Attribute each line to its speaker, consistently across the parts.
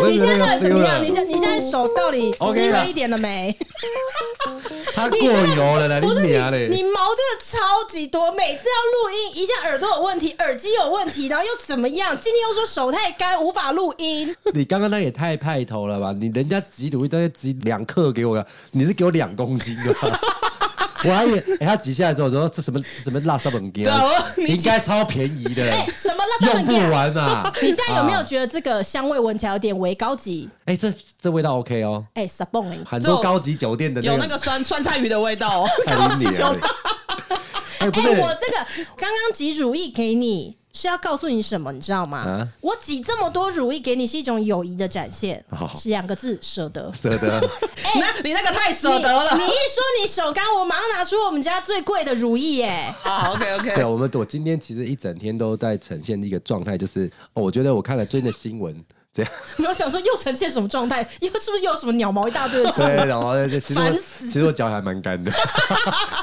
Speaker 1: 我
Speaker 2: 你
Speaker 1: 就觉
Speaker 2: 现
Speaker 1: 得那个
Speaker 2: 在到底怎么
Speaker 1: feel
Speaker 2: 样？
Speaker 1: 了
Speaker 2: 你，现你现在手到底
Speaker 1: OK
Speaker 2: 滋
Speaker 1: 了
Speaker 2: 润一点了没？
Speaker 1: 他过油了啦，
Speaker 2: 不是
Speaker 1: 你
Speaker 2: 你
Speaker 1: 娘，嘞！
Speaker 2: 你毛真的超级多，每次要录音，一下耳朵有问题，耳机有问题，然后又怎么样？今天又说手太干，无法录音。
Speaker 1: 你刚刚那也太派头了吧！你人家挤乳液都要挤两克给我，你是给我两公斤的吧？我还以为、哎，他挤下来之后，我说这什么什么辣烧本给
Speaker 2: 对啊
Speaker 1: 啊，
Speaker 2: 我
Speaker 1: 应该超便宜的，
Speaker 2: 哎、什么辣
Speaker 1: 用
Speaker 2: 椒粉
Speaker 1: 不
Speaker 2: 干？
Speaker 1: 完嘛。
Speaker 2: 你现在有没有
Speaker 1: 啊？
Speaker 2: 觉得这个香味闻起来有点微高级？
Speaker 1: 哎、这这味道 OK 哦，
Speaker 2: 哎、s a b o n 哎、
Speaker 1: 很多高级酒店的
Speaker 3: 有
Speaker 1: 那
Speaker 3: 那个酸酸菜鱼的味道 哦，
Speaker 1: 太离谱了。哎、不
Speaker 2: 哎、
Speaker 1: 是、
Speaker 2: 我这个刚刚挤乳液给你是要告诉你什么，你知道吗？
Speaker 1: 啊
Speaker 2: 我挤这么多乳液给你是一种友谊的展现，
Speaker 1: 好
Speaker 2: 是两个字，舍得。
Speaker 1: 舍得，
Speaker 3: 那你那个太舍得
Speaker 2: 哎你
Speaker 3: 了。
Speaker 2: 你一说你手干，我马上拿出我们家最贵的乳液、哎，
Speaker 3: 好，OK
Speaker 1: 对啊
Speaker 3: OK，
Speaker 1: 我们我今天其实一整天都在呈现一个状态，就是、哦、我觉得我看了最近的新闻，这样
Speaker 2: 我想说又呈现什么状态？ 又是不是又有什么鸟毛一大堆的事？
Speaker 1: 对，然后就其实我
Speaker 2: 烦死
Speaker 1: 其实我脚还蛮干的，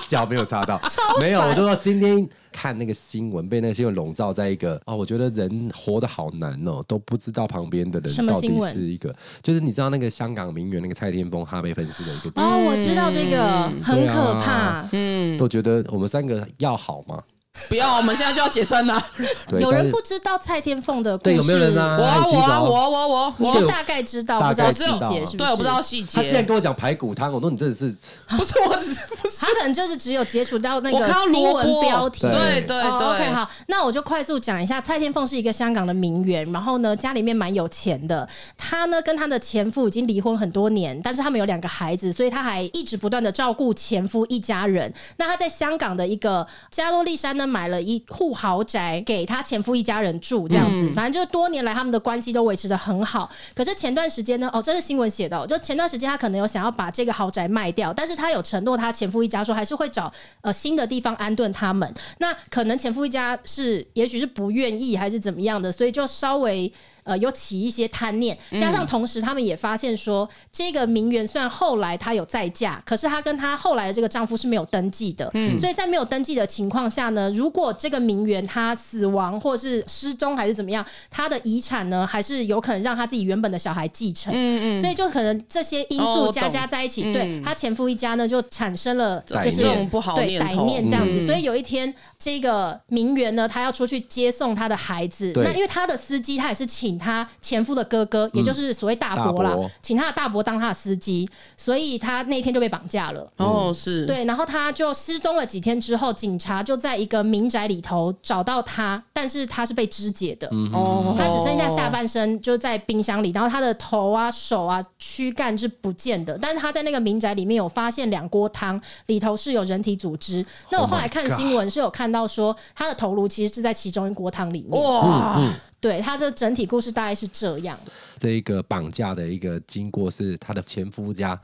Speaker 1: 脚没有擦到，没有，我就说今天看那个新闻，被那个新闻笼罩在一个哦，我觉得人活得好难哦，都不知道旁边的
Speaker 2: 什
Speaker 1: 人
Speaker 2: 么
Speaker 1: 到
Speaker 2: 新
Speaker 1: 底
Speaker 2: 闻
Speaker 1: 是一个，就是你知道那个香港名媛那个蔡天凤哈贝分尸的一个，
Speaker 2: 哦，我知道这个很可
Speaker 1: 嗯对
Speaker 2: 怕
Speaker 1: 啊，都觉得我们三个要好吗？
Speaker 3: 不要，我们现在就要解散了。
Speaker 1: 对，
Speaker 2: 有
Speaker 1: 但
Speaker 2: 人
Speaker 1: 是
Speaker 2: 不知道蔡天凤的故
Speaker 1: 对
Speaker 2: 事，
Speaker 1: 有没有人呢、
Speaker 3: 我啊
Speaker 1: 哎举
Speaker 3: 我啊
Speaker 1: 手
Speaker 3: 我啊我啊我啊
Speaker 2: 你
Speaker 3: 我
Speaker 1: 这
Speaker 2: 就
Speaker 3: 啊，
Speaker 1: 个
Speaker 2: 大概知道，
Speaker 1: 大
Speaker 2: 不知道
Speaker 1: 概
Speaker 2: 细
Speaker 1: 知道
Speaker 2: 节
Speaker 1: 啊
Speaker 2: 是不是？
Speaker 3: 对，我不知道细节。
Speaker 1: 他 竟然跟我讲排骨汤，我说你真的是
Speaker 3: 不是，我只是不是
Speaker 2: 他可能就是只有接触到那
Speaker 3: 我
Speaker 2: 个
Speaker 3: 看到
Speaker 2: 新
Speaker 3: 萝
Speaker 2: 闻
Speaker 3: 卜
Speaker 2: 标题。
Speaker 3: 对
Speaker 1: 对
Speaker 3: 对
Speaker 2: 哦，OK，
Speaker 3: 对，
Speaker 2: 好，那我就快速讲一下，蔡天凤是一个香港的名媛，然后呢，家里面蛮有钱的。她呢跟她的前夫已经离婚很多年，但是他们有两个孩子，所以她还一直不断的照顾前夫一家人。那她在香港的一个加洛利山呢买了一户豪宅给她前夫一家人住，这样子，反正就是多年来他们的关系都维持的很好。可是前段时间呢，哦，这是新闻写的哦、就前段时间她可能有想要把这个豪宅卖掉，但是她有承诺她前夫一家说还是会找呃新的地方安顿他们。那可能前夫一家是也许是不愿意还是怎么样的，所以就稍微。呃，有起一些贪念，
Speaker 3: 嗯
Speaker 2: 加上同时他们也发现说，这个名媛虽然后来她有再嫁，可是她跟她后来的这个丈夫是没有登记的，
Speaker 3: 嗯
Speaker 2: 所以在没有登记的情况下呢，如果这个名媛她死亡或是失踪还是怎么样，她的遗产呢还是有可能让她自己原本的小孩继承，所以就可能这些因
Speaker 3: 嗯哦我
Speaker 2: 素
Speaker 3: 懂
Speaker 2: 加加在一起，对她前夫一家呢就产生了
Speaker 1: 歹念嗯
Speaker 2: 就是
Speaker 3: 这种不好
Speaker 2: 对
Speaker 3: 念
Speaker 2: 歹
Speaker 3: 头，
Speaker 2: 念这样子，所以有一天这个名媛呢，她要出去接送她的孩子，
Speaker 1: 对
Speaker 2: 那因为她的司机，她也是请她前夫的哥哥，也就是所谓大伯啦
Speaker 1: 大伯，
Speaker 2: 请她的大伯当她的司机，所以她那天就被绑架了。
Speaker 3: 哦，是，
Speaker 2: 对，然后她就失踪了几天之后，警察就在一个民宅里头找到她，但是她是被肢解的，
Speaker 1: 嗯
Speaker 3: 哦，
Speaker 2: 她只剩下下半身，就在冰箱里，然后她的头啊、手啊、躯干是不见的。但是她在那个民宅里面有发现两锅汤，里头是有人体组织。那我
Speaker 1: Oh my
Speaker 2: 后来看
Speaker 1: God
Speaker 2: 新闻是有看到说，她的头颅其实是在其中一锅汤里
Speaker 3: 哦
Speaker 2: 面。
Speaker 3: 哇，
Speaker 2: 对，她这整体故事大概是这样。
Speaker 1: 这一个绑架的一个经过是她的前夫家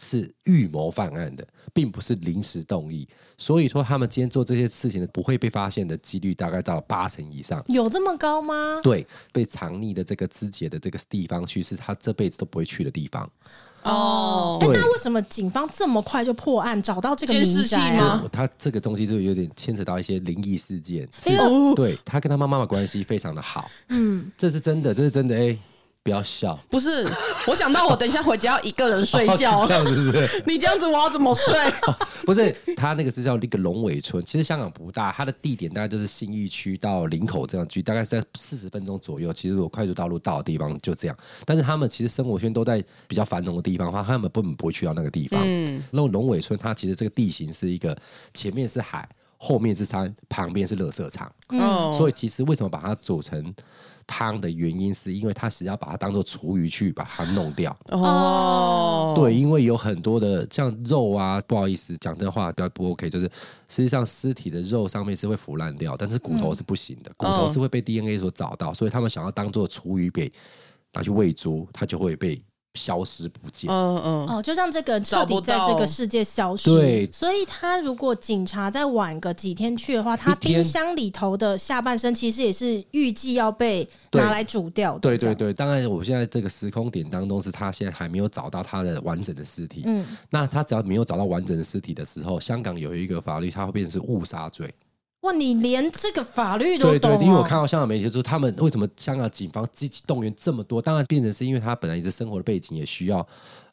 Speaker 1: 是预谋犯案的，并不是临时动议，所以说他们今天做这些事情的不会被发现的几率大概到八成以上。
Speaker 2: 有这么高吗？
Speaker 1: 对，被藏匿的这个肢解的这个地方去，是他这辈子都不会去的地方。
Speaker 3: 哦
Speaker 2: 哎
Speaker 1: 对
Speaker 2: 那为什么警方这么快就破案，找到这个
Speaker 3: 监视
Speaker 2: 民
Speaker 3: 器
Speaker 2: 宅
Speaker 3: 吗
Speaker 2: 啊？
Speaker 1: 就他这个东西就有点牵扯到一些灵异事件，
Speaker 2: 哎呦
Speaker 1: 对他跟他妈妈的关系非常的好，嗯，这是真的，这是真的，哎、不要笑，
Speaker 3: 不是，我想到我等一下回家要一个人睡
Speaker 1: 是
Speaker 3: 觉
Speaker 1: 这，样子是不是？
Speaker 3: 你这样子我要怎么 睡？
Speaker 1: 不是，它那个是叫一个龙尾村，其实香港不大，它的地点大概就是信义区到林口这样区，大概在四十分钟左右。其实我快速道路到的地方就这样，但是他们其实生活圈都在比较繁荣的地方，他们根本不会去到那个地方。嗯，那种龙尾村它其实这个地形是一个前面是海，后面是山，旁边是垃圾场。
Speaker 3: 嗯，
Speaker 1: 所以其实为什么把它煮成汤的原因，是因为它是要把它当做厨余去把它弄掉。
Speaker 3: 哦，
Speaker 1: 对，因为有很多的像肉啊，不好意思讲真话比较不 OK，就是实际上尸体的肉上面是会腐烂掉，但是骨头是不行的，骨头是会被 DNA 所找到，所以他们想要当做厨余给拿去喂猪，它就会被消失不见。
Speaker 3: 嗯嗯，
Speaker 2: 哦，就让这个人彻底在这个世界消失。
Speaker 1: 找不到对
Speaker 2: 所以他如果警察再晚个几天去的话，他
Speaker 1: 一天
Speaker 2: 冰箱里头的下半身其实也是预计要被拿来煮掉的。
Speaker 1: 对
Speaker 2: 这
Speaker 1: 对
Speaker 2: 样，
Speaker 1: 对，当然我现在这个时空点当中是他现在还没有找到他的完整的尸体。
Speaker 2: 嗯，
Speaker 1: 那他只要没有找到完整的尸体的时候，香港有一个法律，它会变成是误杀罪。
Speaker 2: 哇，你连这个法律都
Speaker 1: 对
Speaker 2: 懂、
Speaker 1: 对
Speaker 2: 哦，
Speaker 1: 因为我看到香港媒体说，他们为什么香港警方积极动员这么多？当然，变成是因为他本来一直生活的背景也需要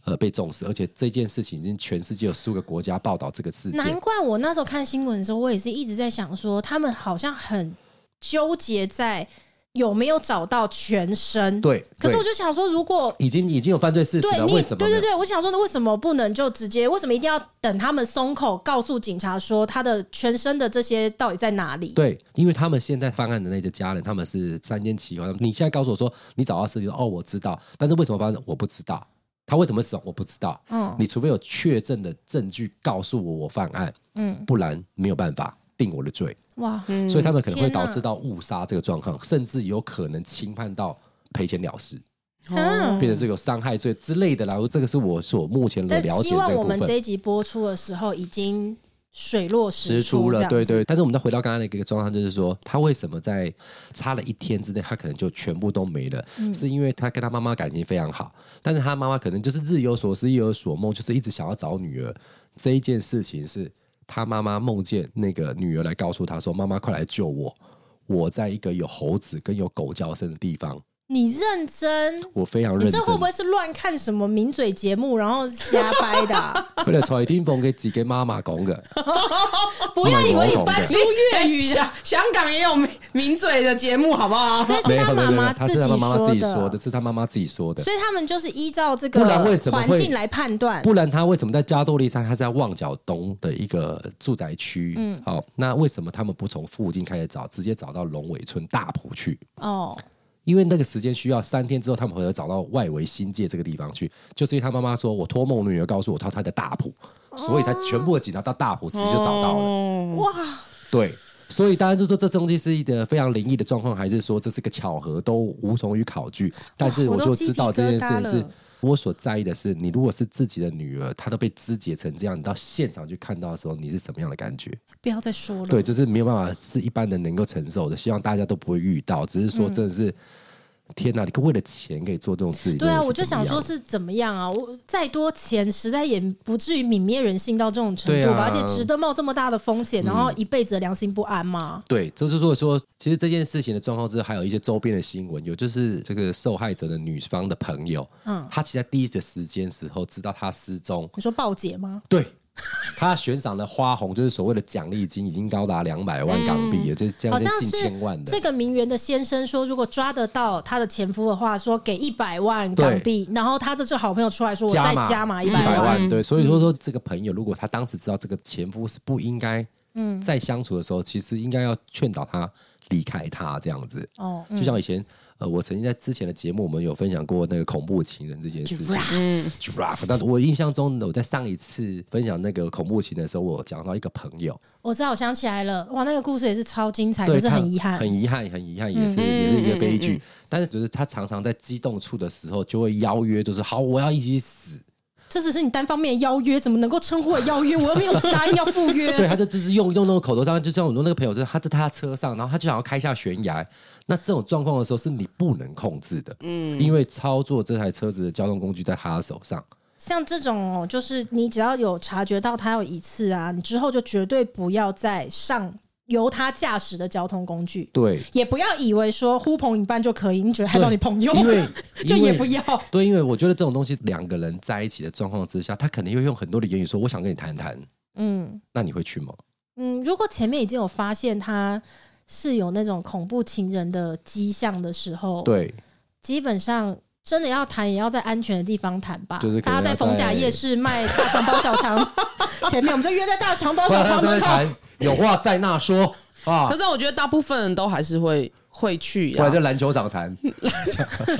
Speaker 1: 呃被重视，而且这件事情已经全世界有数个国家报道这个事
Speaker 2: 难
Speaker 1: 件。
Speaker 2: 怪我那时候看新闻的时候，我也是一直在想说，他们好像很纠结在有没有找到全身。，
Speaker 1: 对，
Speaker 2: 可是
Speaker 1: 对
Speaker 2: 我就想说，如果
Speaker 1: 已经已经有犯罪事实
Speaker 2: 对
Speaker 1: 了，
Speaker 2: 你
Speaker 1: 为什么？
Speaker 2: 对对。对，我想说，为什么不能就直接？为什么一定要等他们松口，告诉警察说他的全身的这些到底在哪里？
Speaker 1: 对，因为他们现在犯案的那些家人，他们是三奸齐环。你现在告诉我说你找到尸体，哦，我知道，但是为什么发生？我不知道，他为什么死亡？我不知道。
Speaker 2: 嗯
Speaker 1: 你除非有确证的证据告诉我我犯案，
Speaker 2: 嗯，
Speaker 1: 不然没有办法定我的罪。
Speaker 2: 哇，
Speaker 3: 嗯
Speaker 1: 所以他们可能会
Speaker 2: 嗯天哪
Speaker 1: 导致到误杀这个状况，甚至有可能轻判到赔钱了事，
Speaker 2: 嗯
Speaker 1: 变成这个伤害罪之类的啦。然后这个是我所目前所
Speaker 2: 但
Speaker 1: 了解
Speaker 2: 希
Speaker 1: 的
Speaker 2: 望
Speaker 1: 这个
Speaker 2: 我
Speaker 1: 部
Speaker 2: 们这
Speaker 1: 分。
Speaker 2: 一集播出的时候已经水落石
Speaker 1: 实出
Speaker 2: 这
Speaker 1: 了，
Speaker 2: 样
Speaker 1: 对
Speaker 2: 子。
Speaker 1: 对。但是我们再回到刚刚的一个状况，就是说他为什么在差了一天之内，他可能就全部都没了，
Speaker 2: 嗯
Speaker 1: 是因为他跟他妈妈感情非常好，但是他妈妈可能就是日有所思，夜有所梦，就是一直想要找女儿。这一件事情是他妈妈梦见那个女儿来告诉他说：“妈妈，快来救我，我在一个有猴子跟有狗叫声的地方。”
Speaker 2: 你认真，
Speaker 1: 我非常认
Speaker 2: 你
Speaker 1: 真
Speaker 2: 这。会不会是乱看什么名嘴节目，然后瞎掰的啊、
Speaker 1: 为了蔡天凤给自己妈妈讲 的，
Speaker 2: 不要以为你搬出粤语 的，
Speaker 3: 香香哎港也有名名嘴的节目，好不 好？
Speaker 2: 这
Speaker 1: 没
Speaker 2: 是
Speaker 1: 有
Speaker 2: 他
Speaker 1: 没有
Speaker 2: 妈
Speaker 1: 没有，
Speaker 2: 妈
Speaker 1: 他
Speaker 2: 自
Speaker 1: 是
Speaker 2: 己
Speaker 1: 他妈妈自己
Speaker 2: 说
Speaker 1: 说的，，是他妈妈自己说的。
Speaker 2: 所以他们就是依照这
Speaker 1: 不然为什
Speaker 2: 个
Speaker 1: 么
Speaker 2: 环
Speaker 1: 会
Speaker 2: 境来判断。
Speaker 1: 不然他为什么在加多利山？他在旺角东的一个住宅区。嗯，好、那为什么他们不从附近开始找，直接找到龙尾村大埔去？
Speaker 2: 哦，
Speaker 1: 因为那个时间需要三天之后，他们回头找到外围新界这个地方去，就是因为他妈妈说，我托梦女儿告诉我，她她在大埔，所以他全部的警察到大埔直接就找到了。
Speaker 3: 了。
Speaker 2: 哇，
Speaker 1: 对，所以当然就说这中间是一个非常灵异的状况，还是说这是个巧合，都无从于考据。但是
Speaker 2: 我
Speaker 1: 我
Speaker 2: 都
Speaker 1: 就知道这件事情
Speaker 2: 鸡皮疙瘩
Speaker 1: 是
Speaker 2: 了。
Speaker 1: 我所在意的是，你如果是自己的女儿，她都被肢解成这样，你到现场去看到的时候，你是什么样的感觉？
Speaker 2: 不要再说了。
Speaker 1: 对，就是没有办法是一般人能够承受的。希望大家都不会遇到，只是说
Speaker 2: 嗯
Speaker 1: 真的是，天哪！你为了钱可以做这种事情，
Speaker 2: 对啊，
Speaker 1: 真的是
Speaker 2: 我就
Speaker 1: 怎么
Speaker 2: 想
Speaker 1: 样
Speaker 2: 说是怎么样啊？我再多钱，实在也不至于泯灭人性到这种程
Speaker 1: 对
Speaker 2: 度吧？
Speaker 1: 啊嗯
Speaker 2: 而且值得冒这么大的风险，然后一辈子的良心不安吗？
Speaker 1: 对，就是如果说，其实这件事情的状况之后，还有一些周边的新闻，有就是这个受害者的女方的朋友，
Speaker 2: 嗯
Speaker 1: 嗯，她其实在第一的时间时候知道她失踪，
Speaker 2: 你说报姐吗？
Speaker 1: 对，她悬赏的花红就是所谓的奖励金，已经高达两百万港币了，就是将
Speaker 2: 嗯好
Speaker 1: 近
Speaker 2: 像
Speaker 1: 近
Speaker 2: 是
Speaker 1: 千万的
Speaker 2: 这。个名媛的先生说，如果抓得到他的前夫的话，说给一百万港币，然后他这是好朋友出来说，我再加码一
Speaker 1: 一
Speaker 2: 百
Speaker 1: 百
Speaker 2: 万。嗯
Speaker 1: 万，对，所以说说这个朋友，如果她当时知道这个前夫是不应该，嗯，在相处的时候，其实应该要劝导他离开他这样子。
Speaker 2: 哦，
Speaker 1: 就像以前，呃，我曾经在之前的节目，我们有分享过那个恐怖情人这件事情。
Speaker 3: 嗯，
Speaker 1: giraffe。但我印象中，我在上一次分享那个恐怖情的时候，我有讲到一个朋友，
Speaker 2: 我知道，我想起来了，哇，那个故事也是超精彩，可
Speaker 1: 对，
Speaker 2: 哎是
Speaker 1: 他
Speaker 2: 很遗憾，嗯
Speaker 1: 很遗憾，很遗憾，也是、也是一个悲剧。但是就是他常常在激动处的时候，就会邀约，就是好，我要一起死。
Speaker 2: 这只是你单方面的邀约，怎么能够称呼为邀约？我又没有答应要 赴约。
Speaker 1: 对，他就就是用用那种口头上，就像我说那个朋友，就是他在他的车上，然后他就想要开下悬崖。那这种状况的时候，是你不能控制的，嗯，因为操作这台车子的交通工具在他的手上。
Speaker 2: 像这种哦，就是你只要有察觉到他有一次啊，你之后就绝对不要再上由他驾驶的交通工具，
Speaker 1: 对，
Speaker 2: 也不要以为说呼朋引伴就可以，你觉得害到
Speaker 1: 对
Speaker 2: 你朋 友，
Speaker 1: 因为
Speaker 2: 就
Speaker 1: 因为
Speaker 2: 也不要。
Speaker 1: 对，因为我觉得这种东西，两个人在一起的状况之下，他肯定会用很多的言语说：“我想跟你谈谈。”
Speaker 2: 嗯
Speaker 1: 那你会去吗？
Speaker 2: 嗯，如果前面已经有发现他是有那种恐怖情人的迹象的时候，
Speaker 1: 对，
Speaker 2: 基本上。真的要谈，也要在安全的地方谈吧。
Speaker 1: 就是可
Speaker 2: 大
Speaker 1: 能
Speaker 2: 家在
Speaker 1: 要
Speaker 2: 逢甲
Speaker 1: 在
Speaker 2: 夜市卖大肠包小肠， 前面我们就约在大肠包
Speaker 1: 不
Speaker 2: 小
Speaker 1: 然他
Speaker 2: 肠
Speaker 1: 这边
Speaker 2: 门口。
Speaker 1: 谈，有话在那 说啊
Speaker 3: 可，是我觉得大部分人都还是会会去
Speaker 1: 不然
Speaker 3: 啊，
Speaker 1: 在篮球场谈。
Speaker 2: 嗯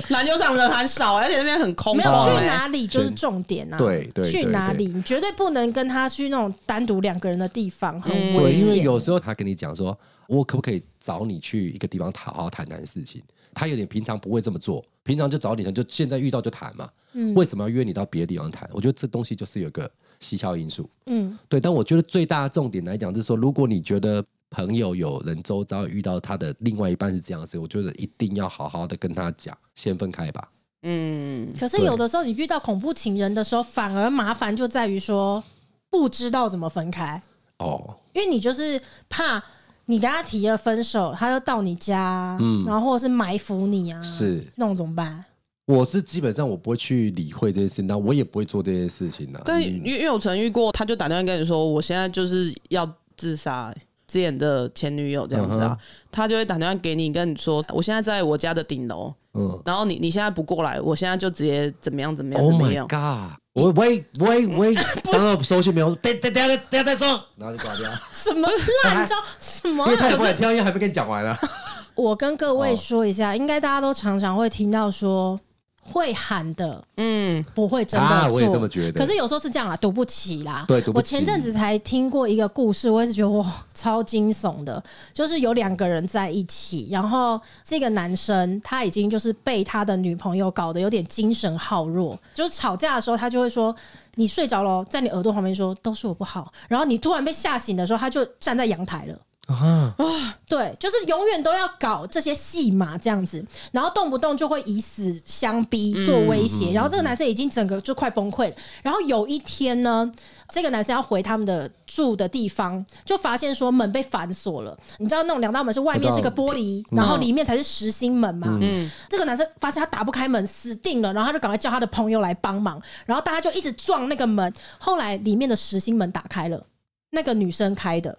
Speaker 3: 篮球场人很少，而且那边很空
Speaker 2: 没有
Speaker 3: 旷
Speaker 2: 去
Speaker 3: 欸
Speaker 2: 哪里就是重点啊！
Speaker 1: 哎对对
Speaker 2: 去
Speaker 1: 对
Speaker 2: 哪
Speaker 1: 对
Speaker 2: 里你绝对不能跟他去那种单独两个人的地方，很
Speaker 1: 对，
Speaker 2: 危
Speaker 1: 因为
Speaker 2: 险。
Speaker 1: 有时候他跟你讲说，我可不可以找你去一个地方好好谈谈事情？他有点平常不会这么做，平常就找你谈，就现在遇到就谈嘛。
Speaker 2: 嗯
Speaker 1: 为什么要约你到别的地方谈？我觉得这东西就是有个蹊跷因素。
Speaker 2: 嗯，
Speaker 1: 对，但我觉得最大的重点来讲，就是说，如果你觉得朋友有人周遭遇到他的另外一半是这样子，我觉得一定要好好的跟他讲，先分开吧。
Speaker 3: 嗯，
Speaker 2: 可是有的时候你遇到恐怖情人的时候，反而麻烦就在于说不知道怎么分开，
Speaker 1: 哦，
Speaker 2: 因为你就是怕你跟他提了分手，他又到你家，然后或者是埋伏你啊，
Speaker 1: 嗯是
Speaker 2: 那种怎么办？
Speaker 1: 我是基本上我不会去理会这件事情，那我也不会做这件事情的、啊。
Speaker 3: 对，因为因为我曾遇过，他就打电话跟你说，我现在就是要自杀、欸之前的前女友这样子
Speaker 1: 嗯
Speaker 3: 啊，他就会打电话给你，跟你说，我现在在我家的顶楼，
Speaker 1: 嗯
Speaker 3: 然后你你现在不过来，我现在就直接怎么样怎么样
Speaker 1: ，Oh
Speaker 3: 怎么
Speaker 1: my
Speaker 3: 样。
Speaker 1: god！我喂喂 喂，当然收讯没有，等等等下等下再说，然后就挂掉，
Speaker 2: 什么烂招？什么
Speaker 1: 因为
Speaker 2: 啊？
Speaker 1: 他也不敢跳，因为还没跟你讲完啊。
Speaker 2: 我跟各位
Speaker 1: 哦
Speaker 2: 说一下，应该大家都常常会听到说。会喊的
Speaker 3: 嗯，
Speaker 2: 不会真的做、
Speaker 1: 啊我也这么觉得
Speaker 2: 可是有时候是这样啦，赌不起啦。
Speaker 1: 对赌不
Speaker 2: 我
Speaker 1: 起
Speaker 2: 前阵子才听过一个故事，我也是觉得哇，超惊悚的。就是有两个人在一起，然后这个男生他已经就是被他的女朋友搞得有点精神耗弱，就是吵架的时候他就会说。你睡着了，哦在你耳朵旁边说都是我不好，然后你突然被吓醒的时候，他就站在阳台了。
Speaker 1: 啊，
Speaker 2: 对，就是永远都要搞这些戏码这样子，然后动不动就会以死相逼做威胁，然后这个男生已经整个就快崩溃了。然后有一天呢，这个男生要回他们的住的地方，就发现说门被反锁了。你知道那种两道门是外面是个玻璃，然后里面才是实心门嘛。这个男生发现他打不开门，死定了，然后他就赶快叫他的朋友来帮忙，然后大家就一直撞那个门。后来里面的实心门打开了，那个女生开的。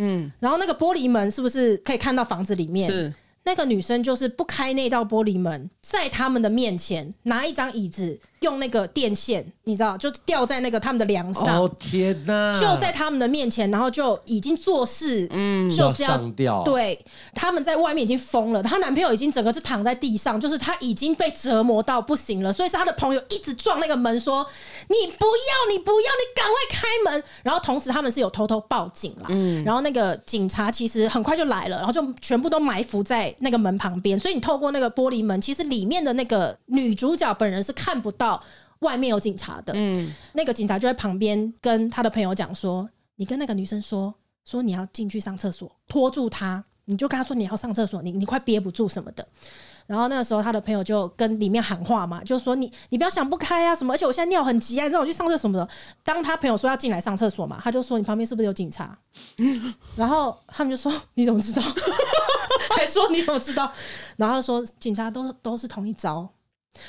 Speaker 3: 嗯，
Speaker 2: 然后那个玻璃门是不是可以看到房子里面？
Speaker 3: 是
Speaker 2: 那个女生就是不开那道玻璃门，在他们的面前拿一张椅子，用那个电线，你知道，就吊在那个他们的梁上，
Speaker 1: 哦天哪，
Speaker 2: 就在他们的面前，然后就已经做事，嗯，就
Speaker 1: 要
Speaker 2: 是要
Speaker 1: 上吊，，
Speaker 2: 对，他们在外面已经疯了，她男朋友已经整个是躺在地上，就是她已经被折磨到不行了，所以是她的朋友一直撞那个门说：“你不要，你不要，你赶快开门！”然后同时他们是有偷偷报警啦，然后那个警察其实很快就来了，然后就全部都埋伏在那个门旁边，所以你透过那个玻璃门，其实里面的那个女主角本人是看不到外面有警察的，
Speaker 3: 嗯，
Speaker 2: 那个警察就在旁边跟他的朋友讲说：“你跟那个女生说，说你要进去上厕所，拖住她，你就跟她说你要上厕所，你你快憋不住什么的。”然后那个时候他的朋友就跟里面喊话嘛，就说你你不要想不开啊什么，而且我现在尿很急啊，你让我去上厕所什么的。当他朋友说要进来上厕所嘛，他就说你旁边是不是有警察？然后他们就说你怎么知道？还说你怎么知道？然后他说警察都都是同一招，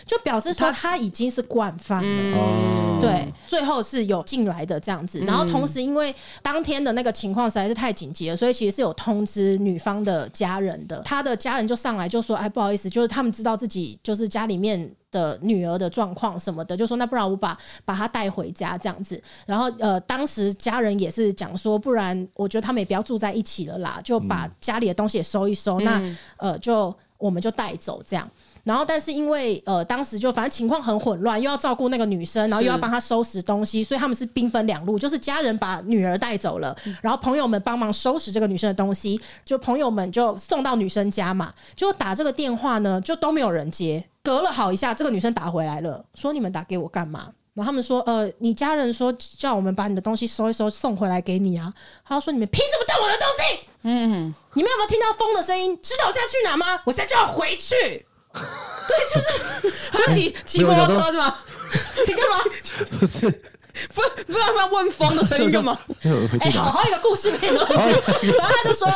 Speaker 2: 就表示说他已经是惯犯了。
Speaker 1: 哦，
Speaker 2: 对，最后是有进来的这样子，然后同时因为当天的那个情况实在是太紧急了，所以其实是有通知女方的家人的，她的家人就上来就说：“哎，不好意思，就是他们知道自己就是家里面。”的女儿的状况什么的，就说那不然我把把她带回家这样子，然后呃，当时家人也是讲说，不然我觉得他们也不要住在一起了啦，就把家里的东西也收一收，那呃就我们就带走这样。然后，但是因为呃，当时就反正情况很混乱，又要照顾那个女生，然后又要帮她收拾东西，所以他们是兵分两路，就是家人把女儿带走了，然后朋友们帮忙收拾这个女生的东西，就朋友们就送到女生家嘛。就打这个电话呢，就都没有人接，隔了好一下，这个女生打回来了，说你们打给我干嘛？然后他们说，呃，你家人说叫我们把你的东西收一收，送回来给你啊。他说你们凭什么动我的东西？嗯，你们有没有听到风的声音？知道我现在去哪吗？我现在就要回去。
Speaker 3: 他骑骑摩托车是吗？
Speaker 2: 你干嘛？
Speaker 1: 不 是，
Speaker 3: 不不知道他问风的声音干嘛？
Speaker 1: 那我回
Speaker 2: 哎、
Speaker 1: 去
Speaker 2: 好
Speaker 1: 拿，
Speaker 2: 好一个故事没有，反正 他就说，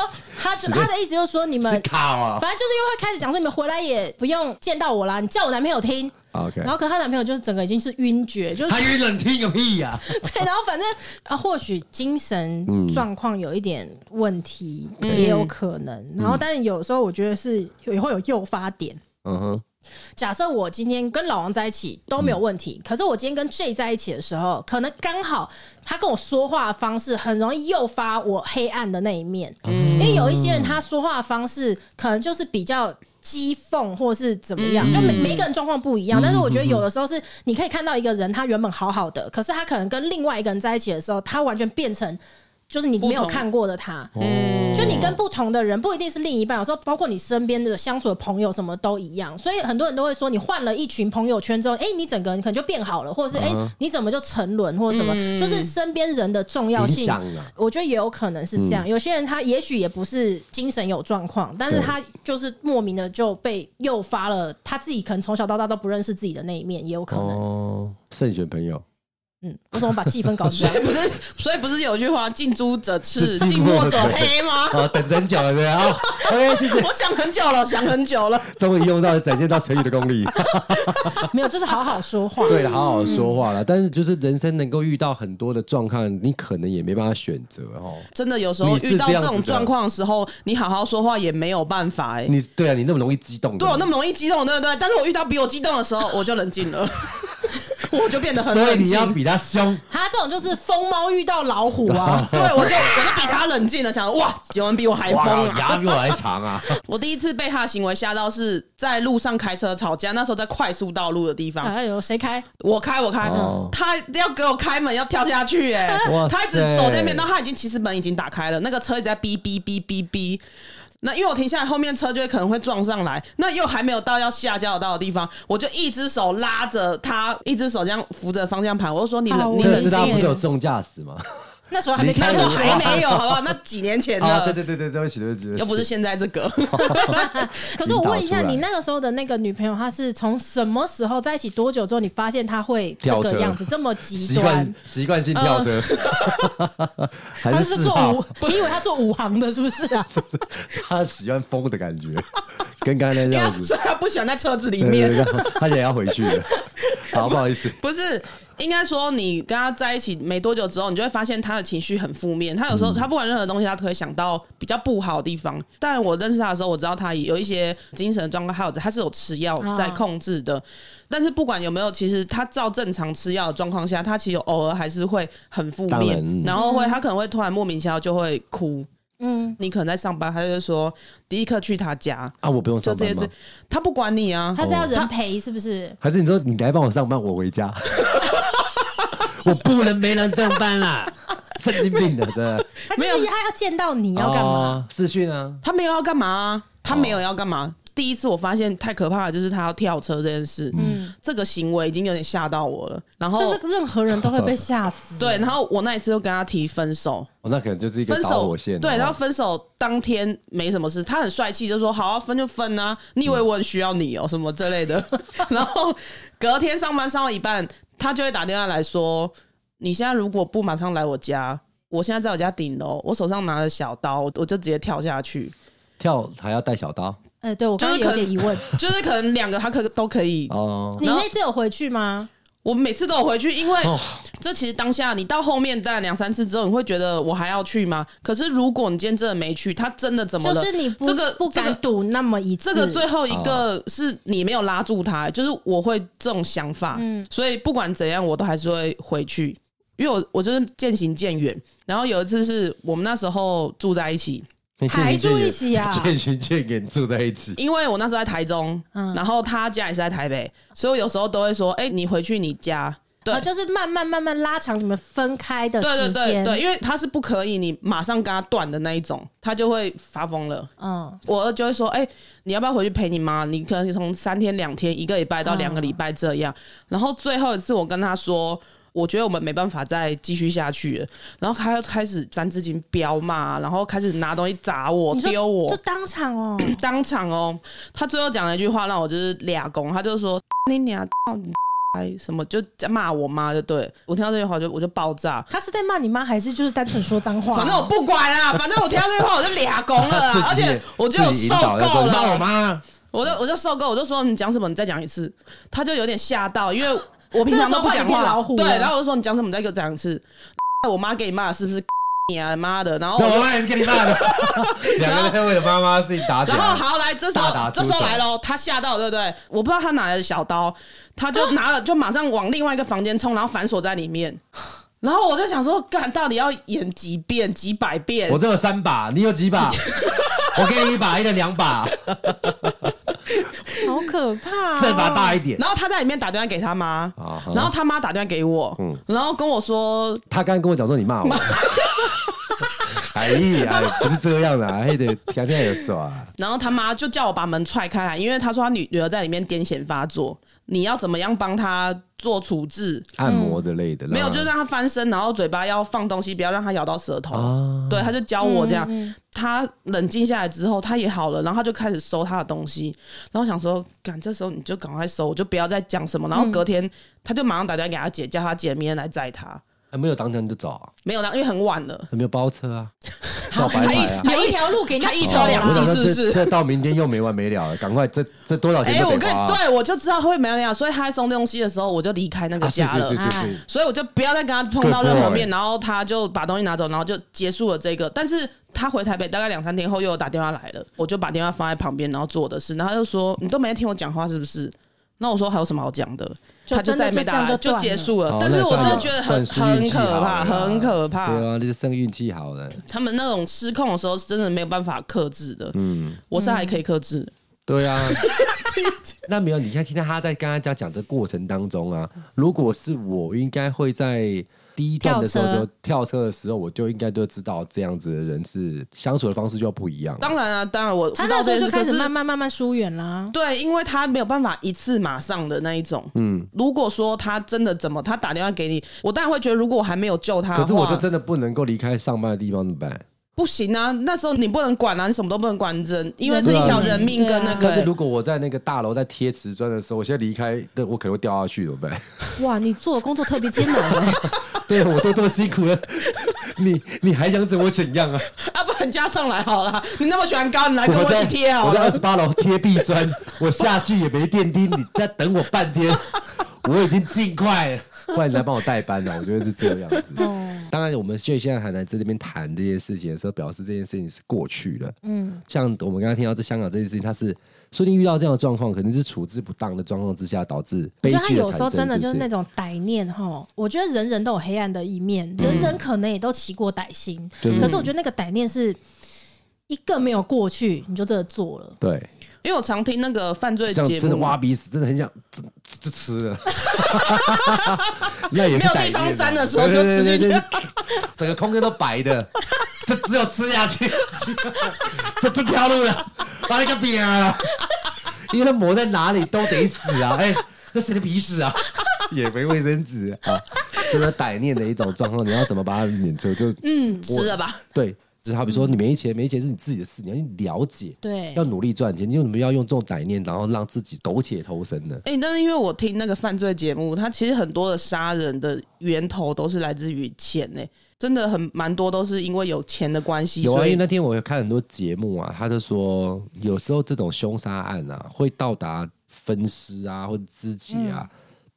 Speaker 2: 他是他的意思就是说，你们
Speaker 1: 是卡啊
Speaker 2: 反正就是又会开始讲说，你们回来也不用见到我啦，你叫我男朋友听。
Speaker 1: ，OK，
Speaker 2: 然后，可她男朋友就是整个已经是晕厥，就是
Speaker 1: 他晕了，你听个屁呀！
Speaker 2: 对，然后反正啊，或许精神状况有一点问题，也有可能。然后，但是有时候我觉得是也会有诱发点。
Speaker 1: 嗯哼，
Speaker 2: 假设我今天跟老王在一起都没有问
Speaker 3: 嗯
Speaker 2: 题，可是我今天跟 J 在一起的时候，可能刚好他跟我说话的方式很容易诱发我黑暗的那一面，
Speaker 3: 嗯
Speaker 2: 因为有一些人他说话的方式可能就是比较。讥讽或是怎么
Speaker 3: 嗯
Speaker 2: 样，就每每一个人状况不一样，但是我觉得有的时候是你可以看到一个人他原本好好的，可是他可能跟另外一个人在一起的时候，他完全变成就是你没有
Speaker 3: 不同
Speaker 2: 看过的他。
Speaker 1: 哦
Speaker 2: 就你跟不同的人，不一定是另一半，有时候包括你身边的相处的朋友，什么都一样。所以很多人都会说，你换了一群朋友圈之后，哎、你整个人可能就变好了，或
Speaker 1: 嗯
Speaker 2: 者是哎、诶你怎么就沉沦，或者什么，就是身边人的重要
Speaker 1: 影
Speaker 2: 性
Speaker 1: 响啊。嗯
Speaker 2: 我觉得也有可能是这样，有些人他也许也不是精神有状况，但是
Speaker 1: 对
Speaker 2: 他就是莫名的就被诱发了，他自己可能从小到大都不认识自己的那一面，也有可能。
Speaker 1: 哦，慎选朋友，
Speaker 2: 嗯，为什么把气氛搞出来？
Speaker 3: 不是，所以不是有句话“近朱者赤，
Speaker 1: 是近
Speaker 3: 近
Speaker 1: 墨
Speaker 3: 墨
Speaker 1: 者
Speaker 3: 者黑”吗？
Speaker 1: 哦，等很久了，对啊、哦、，OK，谢谢，
Speaker 3: 我想很久了，想很久了。
Speaker 1: 终于用到展现到成语的功力。
Speaker 2: 没有，就是好好说话。
Speaker 1: 对了，好好说话了。但是就是人生能够遇到很多的状况，你可能也没办法选择哦。
Speaker 3: 真的，有时候
Speaker 1: 你是
Speaker 3: 遇到
Speaker 1: 这样
Speaker 3: 这
Speaker 1: 子
Speaker 3: 种
Speaker 1: 的
Speaker 3: 状况的时候，你好好说话也没有办法哎、
Speaker 1: 你对啊，你那么容易激动的，
Speaker 3: 对我那么容易激动，对不对？但是我遇到比我激动的时候，我就冷静了， 我就变得很
Speaker 1: 所以
Speaker 3: 冷
Speaker 1: 你要
Speaker 3: 静。
Speaker 1: 比他凶。
Speaker 2: 他这种就是疯猫遇到老虎 啊，
Speaker 3: 对，我就我就比他冷静了，讲哇，有人比我还疯
Speaker 1: 哇，
Speaker 3: 啊！
Speaker 1: 牙比我还长啊！
Speaker 3: 我第一次被他的行为吓到，是在路上开车吵架，那时候在快速道路的地方，
Speaker 2: 哎呦，谁开？
Speaker 3: 我开我开，
Speaker 1: 哦
Speaker 3: 他要给我开门，要跳下去哎、
Speaker 1: 哇塞
Speaker 3: 他一直手在那边，然后他已经其实门已经打开了，那个车一直在哔哔哔哔哔。那因为我停下来，后面车就会可能会撞上来，那又还没有到要下交流道的地方，我就一只手拉着他，一只手这样扶着方向盘，我就说你
Speaker 2: 好
Speaker 3: 冷，你
Speaker 1: 特
Speaker 3: 冷
Speaker 1: 斯
Speaker 3: 静
Speaker 1: 拉
Speaker 2: 冷静
Speaker 1: 不是
Speaker 3: 欸。
Speaker 1: 有重驾驶吗？
Speaker 2: 那时候还没
Speaker 3: 那
Speaker 2: 开
Speaker 1: 你
Speaker 3: 时
Speaker 1: 看
Speaker 3: 候
Speaker 1: 我
Speaker 3: 还没有，好不好？那几年前 的，
Speaker 1: 啊，对对对对，对不起对不起，对不起
Speaker 3: 又不是现在 这个。
Speaker 2: 可是我问一下，
Speaker 1: 引导出来
Speaker 2: 你那个时候的那个女朋友，她是从什么时候在一起？多久之后你发现她会这
Speaker 1: 跳
Speaker 2: 个
Speaker 1: 车
Speaker 2: 样子，这么极
Speaker 1: 习
Speaker 2: 端
Speaker 1: 惯？习惯性跳车，还
Speaker 2: 她
Speaker 1: 是
Speaker 3: 哎啊
Speaker 2: 是
Speaker 1: 四
Speaker 2: 做
Speaker 1: 号？
Speaker 2: 五， 你以为她做五行的，是不是啊？
Speaker 1: 他喜欢疯的感觉，跟刚才那样子
Speaker 3: 所。以他不喜欢在车子里
Speaker 1: 对
Speaker 3: 面。
Speaker 1: 对对他也要回去了。好，不好意思，
Speaker 3: 不是，应该说你跟他在一起没多久之后，你就会发现他的情绪很负面。他有
Speaker 1: 嗯
Speaker 3: 时候他不管任何东西，他都会想到比较不好的地方。但我认识他的时候，我知道他有一些精神状况，还有他是有吃药在控制的。但是不管有没有，其实他照正常吃药的状况下，他其实偶尔还是会很负
Speaker 1: 当然嗯
Speaker 3: 面，然后会他可能会突然莫名其妙就会哭。
Speaker 2: 嗯，
Speaker 3: 你可能在上班，他就说立刻去他家，
Speaker 1: 啊，我不用
Speaker 3: 就
Speaker 1: 上
Speaker 3: 这些
Speaker 1: 班
Speaker 3: 字
Speaker 1: 吗？，
Speaker 3: 他不管你啊。
Speaker 2: 她是要人陪，是不是？
Speaker 1: 还是你说你来帮我上班，我回家？我不能没人上班啦， 神经病啊的，真的。
Speaker 2: 她就是她要见到你
Speaker 1: 你
Speaker 2: 要干嘛？
Speaker 1: 视讯啊，
Speaker 3: 他没有要干嘛啊、他没有要干
Speaker 2: 哦
Speaker 3: 嘛。第一次我发现太可怕了，就是他要跳车这件事，
Speaker 2: 嗯
Speaker 3: 这个行为已经有点吓到我了。然后
Speaker 2: 这是任何人都会被吓死。
Speaker 3: 哦对，然后我那一次就跟他提分手，
Speaker 1: 哦，那可能就是一个
Speaker 3: 分
Speaker 1: 导
Speaker 3: 手
Speaker 1: 火
Speaker 2: 啊
Speaker 1: 线哦。
Speaker 3: 对，然后分手当天没什么事，他很帅气，就说好啊，分就分啊，你以为我很需要你哦、什么之 类的。然后隔天上班上到一半，他就会打电话来说，你现在如果不马上来我家，我现在在我家顶楼，我手上拿着小刀，我我就直接跳下去。
Speaker 1: 跳还要带小刀
Speaker 2: 哎，对我刚刚
Speaker 3: 就是
Speaker 2: 有
Speaker 3: 可能
Speaker 2: 点疑 问，
Speaker 3: 就是可能两个他可都可以。
Speaker 1: 哦。
Speaker 2: 你那次有回去吗？
Speaker 3: 我每次都有回去，因为
Speaker 1: 哦
Speaker 3: 这其实当下你到后面大概两三次之后，你会觉得我还要去吗？可是如果你今天真的没去，他真的怎么
Speaker 2: 就
Speaker 3: 了？
Speaker 2: 是你不
Speaker 3: 这个
Speaker 2: 不
Speaker 3: 这
Speaker 2: 敢
Speaker 3: 个
Speaker 2: 赌那么一次，啊
Speaker 3: 这个最后一个是你没有拉住他，就是我会这种想法，
Speaker 2: 嗯
Speaker 3: 所以不管怎样，我都还是会回去，因为我我就是渐行渐远。然后有一次是我们那时候住在一起，
Speaker 2: 还住一起 啊
Speaker 1: 渐行渐远，住在一起。
Speaker 3: 因为我那时候在台中，
Speaker 2: 嗯
Speaker 3: 然后他家也是在台北，所以我有时候都会说：“哎、你回去你家。”对
Speaker 2: 啊，，就是慢慢慢慢拉长你们分开的
Speaker 3: 对
Speaker 2: 时
Speaker 3: 对对
Speaker 2: 间。
Speaker 3: 对，因为他是不可以你马上跟他断的那一种，他就会发疯了。
Speaker 2: 嗯，
Speaker 3: 我就会说，哎、你要不要回去陪你妈？你可能从三天、两天、一个礼拜到两个礼拜这样。然后最后一次，我跟他说，我觉得我们没办法再继续下去了。然后他又开始三字经彪骂，然后开始拿东西砸我、
Speaker 2: 你说
Speaker 3: 丢
Speaker 2: 就
Speaker 3: 我，
Speaker 2: 当场哦，
Speaker 3: 当场哦。他最后讲了一句话，让我就是俩公，他就说你娘操你 哎什么，就在骂我妈就对了我听到这句话我就我就爆炸。
Speaker 2: 他是在骂你妈，还是就是单纯说脏话？
Speaker 3: 反正我不管 啦，反正我听到这句话我就俩公了啦
Speaker 1: 自己，
Speaker 3: 而且我就有
Speaker 1: 自己引
Speaker 3: 受
Speaker 1: 导
Speaker 3: 够
Speaker 1: 要说
Speaker 3: 了。
Speaker 1: 骂我妈，
Speaker 3: 我就我就受够，我就说你讲什么，你再讲一次。他就有点吓到，因为 我平常都不讲
Speaker 2: 这个时候换你变
Speaker 3: 话，
Speaker 2: 老虎了
Speaker 3: 对，然后我就说你讲什么，你再给我讲一次。我妈给你骂是不是？你啊妈的！然后
Speaker 1: 对，
Speaker 3: 我
Speaker 1: 我
Speaker 3: 就
Speaker 1: 妈也是跟你骂的。 两个人在为了妈妈的事情打起
Speaker 3: 然后
Speaker 1: 来。
Speaker 3: 好来，这时候
Speaker 1: 大打出
Speaker 3: 这
Speaker 1: 手
Speaker 3: 时候来喽，他吓到对不对？我不知道他哪来的小刀，他就拿 了就马上往另外一个房间冲，然后反锁在里面。然后我就想说，干到底要演几遍几百遍
Speaker 1: 我？这有三把，你有几把？我给你一把，一人两把，
Speaker 2: 好可怕、哦，
Speaker 1: 这把大一点。
Speaker 3: 然后他在里面打电话给他妈
Speaker 1: 啊，嗯
Speaker 3: 然后他妈打电话给我，然后跟我说
Speaker 1: 他刚刚跟我讲说你骂我。 哎呀，不是这样的，啊还得天天有耍。啊
Speaker 3: 然后他妈就叫我把门踹开来，因为他说他女女儿在里面癫痫发作。你要怎么样帮他做处置，
Speaker 1: 按摩之类的，
Speaker 3: 没有，
Speaker 1: 让
Speaker 3: 就是让他翻身，然后嘴巴要放东西，不要让他咬到舌头。
Speaker 1: 啊，
Speaker 3: 对，他就教我这样。
Speaker 2: 嗯嗯
Speaker 3: 他冷静下来之后，他也好了，然后他就开始收他的东西。然后想说，赶这时候你就赶快收，我就不要再讲什么。然后隔天、他就马上打电话给他姐，叫他姐明天来载他。
Speaker 1: 还没有当场就走啊，
Speaker 3: 没有啦，因为很晚了。
Speaker 1: 还没有包车 啊，叫白牌啊。哦
Speaker 2: 留一条路给人家
Speaker 3: 还一
Speaker 2: 走
Speaker 3: 车两
Speaker 2: 啦
Speaker 1: 我想
Speaker 3: 计
Speaker 1: 说
Speaker 3: 是不是
Speaker 1: 这这到明天又没完没了了，赶快这这多少钱
Speaker 3: 哎、
Speaker 1: 都
Speaker 3: 我
Speaker 1: 得
Speaker 3: 跟
Speaker 1: 花啊。
Speaker 3: 对，我就知道会没有没有，所以他在送东西的时候，我就离开那个
Speaker 1: 啊，是
Speaker 3: 家了。
Speaker 1: 是是是
Speaker 2: 哎
Speaker 1: 是，
Speaker 3: 所以我就不要再跟他碰到任何面，然后他就把东西拿走，然后就结束了这个。但是他回台北大概两三天后又有打电话来了，我就把电话放在旁边，然后做我的事，然后他就说你都没听我讲话是不是？那我说还有什么好讲的？
Speaker 2: 就
Speaker 3: 他就
Speaker 2: 真的
Speaker 3: 再也没
Speaker 2: 就
Speaker 3: 打
Speaker 2: 这样
Speaker 3: 来，
Speaker 2: 就断
Speaker 3: 就
Speaker 2: 了
Speaker 3: 结束了
Speaker 1: 好。
Speaker 3: 但是
Speaker 1: 那
Speaker 3: 我真的
Speaker 1: 算
Speaker 3: 觉得
Speaker 1: 算
Speaker 3: 很
Speaker 1: 是运
Speaker 3: 很
Speaker 1: 气
Speaker 3: 可
Speaker 1: 好
Speaker 3: 怕，
Speaker 1: 了啦
Speaker 3: 很可怕。
Speaker 1: 对啊，那是算运气好了。
Speaker 3: 他们那种失控的时候是真的没有办法克制的。嗯，我是还可以克制。
Speaker 1: 对啊，那没有，你看，听到他在跟他家讲的过程当中啊，如果是我，应该会在第一段的时候
Speaker 2: 跳车
Speaker 1: 就跳车的时候，我就应该就知道这样子的人是相处的方式就要不一样。
Speaker 3: 当然啊，当然我
Speaker 2: 他
Speaker 3: 知道
Speaker 2: 那时
Speaker 3: 这件
Speaker 2: 候
Speaker 3: 事，
Speaker 2: 就开
Speaker 3: 可
Speaker 2: 始
Speaker 3: 是
Speaker 2: 慢慢慢慢疏远啦。
Speaker 3: 对，因为他没有办法一次马上的那一种。嗯，如果说他真的怎么，他打电话给你，我当然会觉得，如果我还没有救他的话，
Speaker 1: 可是我就真的不能够离开上班的地方，怎么办？
Speaker 3: 不行啊！那时候你不能管啊，你什么都不能管人，因为这
Speaker 1: 对
Speaker 3: 一
Speaker 1: 啊
Speaker 3: 条人命跟那个、
Speaker 1: 但是如果我在那个大楼在贴瓷砖的时候，我现在离开，那我可能会掉下去，怎么 办？
Speaker 2: 哇，你做的工作特别艰难哎。
Speaker 1: 对我都这么辛苦了，你你还想怎我怎样啊？
Speaker 3: 啊，不然加上来好了。你那么喜欢高，你来跟我一
Speaker 1: 在
Speaker 3: 起啊贴好
Speaker 1: 我在
Speaker 3: 了
Speaker 1: 二。十八楼贴壁 砖，我下去也没电梯，你在等我半天，我已经尽快了，不然你来帮我代班啊了，我觉得是这个样子。
Speaker 2: 哦
Speaker 1: 当然，我们现现在还在这边谈这件事情的时候，表示这件事情是过去了。嗯，像我们刚刚听到这香港这件事情，它是说不定遇到这样的状况，可能是处置不当的状况之下导致
Speaker 2: 我
Speaker 1: 悲
Speaker 2: 觉得他
Speaker 1: 剧的
Speaker 2: 有
Speaker 1: 产
Speaker 2: 时候
Speaker 1: 生，
Speaker 2: 真的
Speaker 1: 是不
Speaker 2: 就是
Speaker 1: 是
Speaker 2: 那种歹念哈，我觉得人人都有黑暗的一面，人人可能也都起过歹心，
Speaker 1: 嗯就是
Speaker 2: 可是我觉得那个歹念是一个没有过去，你就真的做了。
Speaker 1: 对。
Speaker 3: 因为我常听那个犯罪节
Speaker 1: 像
Speaker 3: 目，
Speaker 1: 真的挖鼻屎，真的很想这这这吃 了，那也是
Speaker 3: 没有
Speaker 1: 歹
Speaker 3: 地方
Speaker 1: 念啊
Speaker 3: 沾的时候就
Speaker 1: 对对对
Speaker 3: 吃进去
Speaker 1: 对对 整个空间都白的，就只有吃下去，就这条路了，把那个饼啊，因为它抹在哪里都得死啊，哎、那谁的鼻屎啊？ 也没卫生纸啊，真的歹念的一种状况，你要怎么把它免除？就嗯，
Speaker 3: 吃了吧。
Speaker 1: 对，就好比说你没钱，没钱是你自己的事，你要去了解，
Speaker 2: 对
Speaker 1: 要努力赚钱，你为什么要用这种歹念，然后让自己苟且偷生呢？
Speaker 3: 哎、但是因为我听那个犯罪节目，它其实很多的杀人的源头都是来自于钱呢、真的很蛮多都是因为有钱的关系，
Speaker 1: 有啊，
Speaker 3: 所
Speaker 1: 因为
Speaker 3: 以
Speaker 1: 那天我有看很多节目啊，他就说有时候这种凶杀案啊，会到达分尸啊或者肢解啊，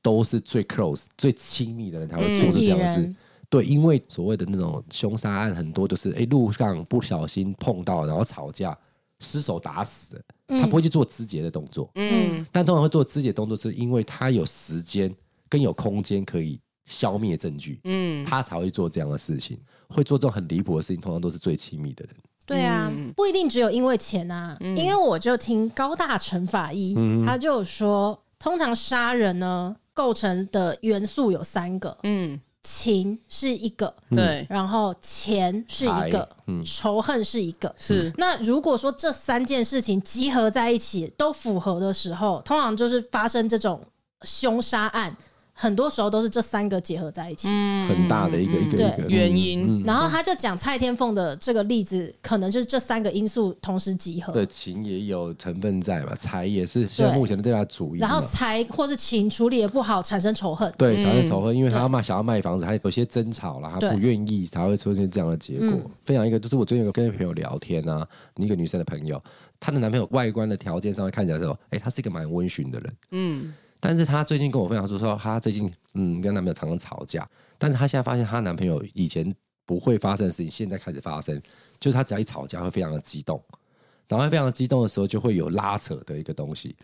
Speaker 1: 都是最 close 最亲密的人才会做出这样的事。
Speaker 2: 嗯
Speaker 1: 对，因为所谓的那种凶杀案，很多就是哎、路上不小心碰到，然后吵架，失手打死的，他不会去做肢解的动作。
Speaker 3: 嗯，
Speaker 1: 但通常会做肢解动作，是因为他有时间跟有空间可以消灭证据，嗯，他才会做这样的事情。会做这种很离谱的事情，通常都是最亲密的人。
Speaker 2: 对啊，
Speaker 1: 嗯
Speaker 2: 不一定只有因为钱啊，因为我就听高大成法医，
Speaker 1: 嗯
Speaker 2: 他就有说，通常杀人呢构成的元素有三个，
Speaker 3: 嗯，
Speaker 2: 情是一个，
Speaker 1: 嗯
Speaker 3: 对，
Speaker 2: 然后钱是一个
Speaker 1: 财，嗯
Speaker 2: 仇恨是一个，
Speaker 3: 是
Speaker 2: 那如果说这三件事情集合在一起都符合的时候，通常就是发生这种凶杀案，很多时候都是这三个结合在一起。
Speaker 1: 很大的一个一个
Speaker 2: 嗯对
Speaker 1: 一个
Speaker 3: 原
Speaker 1: 嗯
Speaker 3: 因。
Speaker 2: 然后他就讲蔡天凤的这个例子，可能就是这三个因素同时集合，
Speaker 1: 的情也有成分在嘛，财也是现在
Speaker 2: 对
Speaker 1: 目前的对他的主意嘛。
Speaker 2: 然后才或是情处理的不好，产生仇恨。
Speaker 1: 对，产生仇恨，因为他要卖，想要卖房子，还有些争吵啦，他
Speaker 2: 对嗯
Speaker 1: 不愿意，才会出现这样的结果。分享一个，就是我最近有跟朋友聊天啊，一个女生的朋友，她的男朋友外观的条件上面看起来说，哎，他是一个蛮温驯的人，嗯，但是她最近跟我分享说，说她最近嗯跟男朋友常常吵架，但是她现在发现她男朋友以前不会发生的事情，现在开始发生，就是她只要一吵架会非常的激动，然后她非常激动的时候就会有拉扯的一个东西。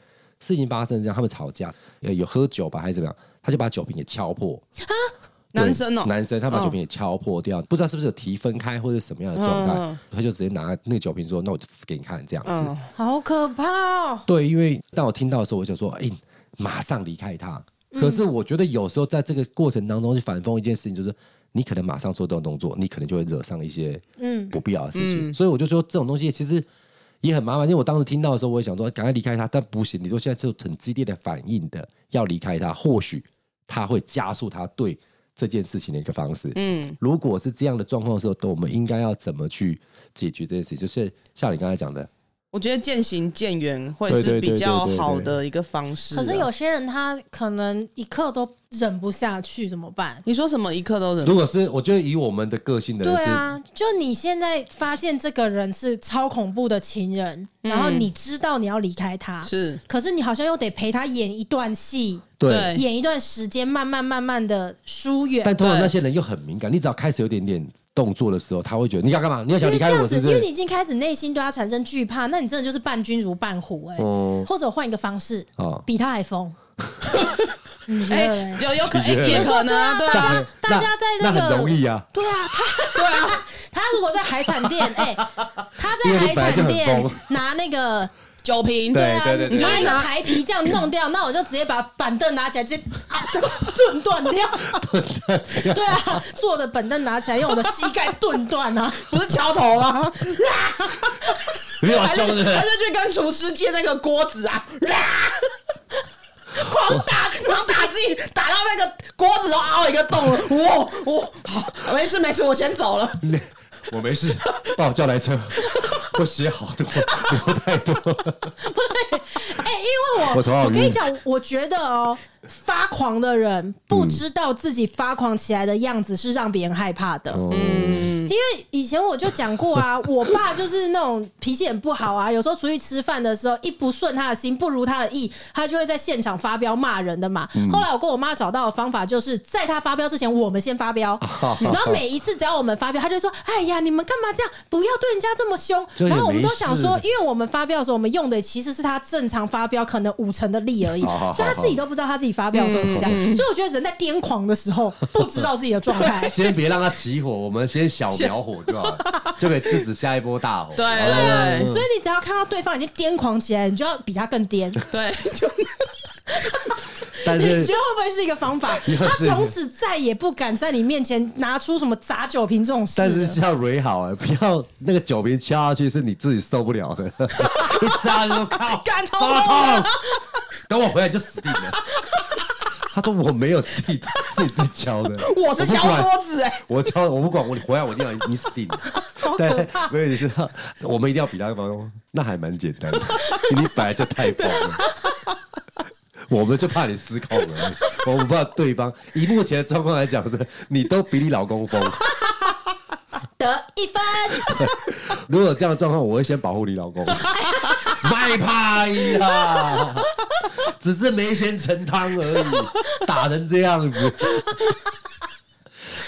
Speaker 1: 事情发生这样，他们吵架，呃，有喝酒吧还是怎么样，他就把酒瓶给敲破，对
Speaker 3: 男生哦、
Speaker 1: 男生他把酒瓶也敲破掉，不知道是不是有提分开或者什么样的状态，
Speaker 3: 嗯
Speaker 1: 他就直接拿那个酒瓶说：“那我就死给你看。”这样子，
Speaker 3: 嗯
Speaker 2: 好可怕哦！
Speaker 1: 对，因为当我听到的时候，我就说：“哎、马上离开他。”
Speaker 2: 嗯
Speaker 1: 可是我觉得有时候在这个过程当中去反讽一件事情，就是你可能马上做这种动作，你可能就会惹上一些
Speaker 2: 嗯
Speaker 1: 不必要的事情。所以我就说，这种东西其实也很麻烦。因为我当时听到的时候，我也想说赶快离开他，但不行，你说现在是很激烈的反应的，要离开他，或许他会加速他对这件事情的一个方式。嗯，如果是这样的状况的时候，我们应该要怎么去解决这件事？就是像你刚才讲的，
Speaker 3: 我觉得渐行渐远会
Speaker 1: 对对
Speaker 3: 是
Speaker 1: 对
Speaker 3: 比较
Speaker 1: 对对对
Speaker 3: 好的一个方式啊。
Speaker 2: 可是有些人他可能一刻都忍不下去，怎么办？
Speaker 3: 你说什么一刻都忍
Speaker 1: 如果是我觉得以我们的个性的人
Speaker 2: 嗯对
Speaker 1: 是
Speaker 2: 啊，就你现在发现这个人是超恐怖的情人，然后你知道你要离开他，
Speaker 3: 是
Speaker 2: 可嗯是你好像又得陪他演一段戏，
Speaker 3: 对
Speaker 2: 演一段时间，慢慢慢慢的疏远。
Speaker 1: 但通常
Speaker 3: 对
Speaker 1: 那些人又很敏感，你只要开始有点点动作的时候，他会觉得你要干嘛？你要
Speaker 2: 因
Speaker 1: 想
Speaker 2: 为
Speaker 1: 哎离
Speaker 2: 这
Speaker 1: 开
Speaker 2: 样
Speaker 1: 我
Speaker 2: 子，
Speaker 1: 是不
Speaker 2: 因为
Speaker 1: 是
Speaker 2: 你？已经开始内心对他产生惧怕，那你真的就是伴君如伴虎哎、
Speaker 1: 哦
Speaker 2: 或者我换一个方式，
Speaker 1: 哦，
Speaker 2: 比他还 疯。你觉
Speaker 3: 哎
Speaker 2: 得嘞，
Speaker 3: 有有可
Speaker 1: 你觉得
Speaker 3: 也可能啊，对
Speaker 1: 那
Speaker 3: 啊，
Speaker 1: 很
Speaker 2: 大
Speaker 1: 那
Speaker 2: 家在那
Speaker 1: 那
Speaker 2: 个
Speaker 1: 很容易 啊，
Speaker 2: 对啊，他 他如果在海产店，哎、他
Speaker 1: 因为
Speaker 2: 在
Speaker 1: 你
Speaker 2: 海
Speaker 1: 本来就
Speaker 2: 产
Speaker 1: 很
Speaker 2: 店
Speaker 1: 疯
Speaker 2: 拿那个
Speaker 3: 酒瓶
Speaker 1: 对
Speaker 2: 啊，
Speaker 1: 对对
Speaker 2: 你就
Speaker 3: 对
Speaker 2: 那个台皮这样弄掉，那我就直接把板凳拿起来，直接啊顿断掉。对啊，坐的板凳拿起来，用我的膝盖顿断啊。
Speaker 3: 不是敲头 啊，
Speaker 1: 没有凶啊
Speaker 3: 还是
Speaker 1: 的。
Speaker 3: 去跟厨师借那个锅子啊， 狂打狂打自己，打到那个锅子都凹一个洞了，哇哇，好，没事没事，我先 走了。
Speaker 1: 我没事，帮我叫来车。 我血好多，流太多。
Speaker 2: 哎、因为我
Speaker 1: 我头好
Speaker 2: 跟你
Speaker 1: 晕
Speaker 2: 讲，我觉得哦，发狂的人
Speaker 1: 嗯
Speaker 2: 不知道自己发狂起来的样子是让别人害怕的。
Speaker 1: 嗯，
Speaker 2: 因为以前我就讲 过啊，我爸就是那种脾气很不好啊，有时候出去吃饭的时候，一不顺他的心，不如他的意，他就会在现场发飙骂人的嘛。
Speaker 1: 嗯
Speaker 2: 后来我跟我妈找到的方法，就是在他发飙之前，我们先 发飙，然后每一次只要我们发飙，他就说：“哎呀，你们干嘛这样？不要对人家这么凶。”
Speaker 1: 就也
Speaker 2: 然后我们
Speaker 1: 没
Speaker 2: 都想说
Speaker 1: 事，
Speaker 2: 因为我们发飙的时候，我们用的其实是他正常发飙可能五成的力 而已，
Speaker 1: 好好好。
Speaker 2: 所以他自己都不知道他自己发飙的时候是这样。所以我觉得人在癫狂的时候不知道自己的状 态
Speaker 1: 先别让它起火，我们先小苗火就好了，就可以制止下一波大 火。
Speaker 3: 对
Speaker 1: 嗯哦
Speaker 3: 对
Speaker 2: 所以你只要看到对方已经癫狂起来，你就要比他更癫，
Speaker 3: 对，就
Speaker 1: 但
Speaker 2: 你
Speaker 1: 是
Speaker 2: 觉得会不会是一个 方法？
Speaker 1: 也是
Speaker 2: 他从此再也不敢在你面前拿出什么砸酒瓶这种事了。
Speaker 1: 但是啊要蕊好哎，不要那个酒瓶敲下去是你自己受不 了的，一扎就靠，
Speaker 3: 干超
Speaker 1: 抓
Speaker 3: 痛啊
Speaker 1: 痛， 等我回来你就死定了。他说我没有自己自己自己敲的，
Speaker 3: 我是
Speaker 1: 不
Speaker 3: 敲
Speaker 1: 管
Speaker 3: 桌子哎、
Speaker 1: 我敲我不管，我回来我一定要你死定了。
Speaker 2: 好可
Speaker 1: 对
Speaker 2: 怕，
Speaker 1: 所以你知道，我们一定要比他高，那还蛮简单的，你本来就太疯了。我们就怕你失控了，我们怕对方。以目前的状况来讲是，你都比你老公疯。
Speaker 2: 得呃一分，
Speaker 1: 如果有这样的状况，我会先保护你老 公。卖怕呀，只是没钱盛汤而已，打成这样子。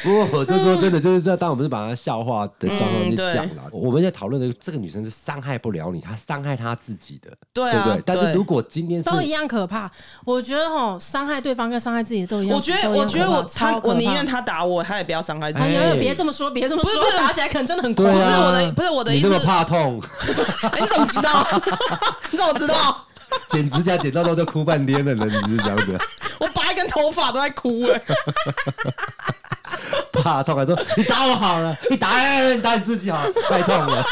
Speaker 1: 不过我就说真的，就是在当我们是把她笑话的状况去
Speaker 3: 嗯对
Speaker 1: 讲了。我们在讨论的这个女生是伤害不了你，她伤害她自己的，
Speaker 3: 对
Speaker 1: 对
Speaker 3: 啊
Speaker 1: 不对？但是
Speaker 3: 对
Speaker 1: 如果今天是
Speaker 2: 都一样可怕。我觉得吼，伤害对方跟伤害自己都一样。
Speaker 3: 我觉得，
Speaker 2: 都一
Speaker 3: 我
Speaker 2: 样
Speaker 3: 觉得我
Speaker 2: 可怕
Speaker 3: 他
Speaker 2: 超，可
Speaker 3: 我
Speaker 2: 怕
Speaker 3: 宁愿他打我，他也不要伤害自
Speaker 2: 哎
Speaker 3: 己。
Speaker 1: 哎
Speaker 2: 呀，别这么说，别这么
Speaker 3: 不
Speaker 2: 说，
Speaker 3: 是不是
Speaker 2: 打起来可能真的很恐
Speaker 1: 对
Speaker 2: 怖。
Speaker 1: 啊，
Speaker 3: 不是我的不是我的
Speaker 1: 你
Speaker 3: 意思
Speaker 1: 那么怕痛，
Speaker 3: 哎，你怎么知道？ 你怎么知 道？
Speaker 1: 剪指甲剪到到就哭半天了呢，你是这样子。
Speaker 3: 我拔一根头发都在哭哎、
Speaker 1: 怕痛，还说你打我好了，你打、哎你打你自己好了，太痛了。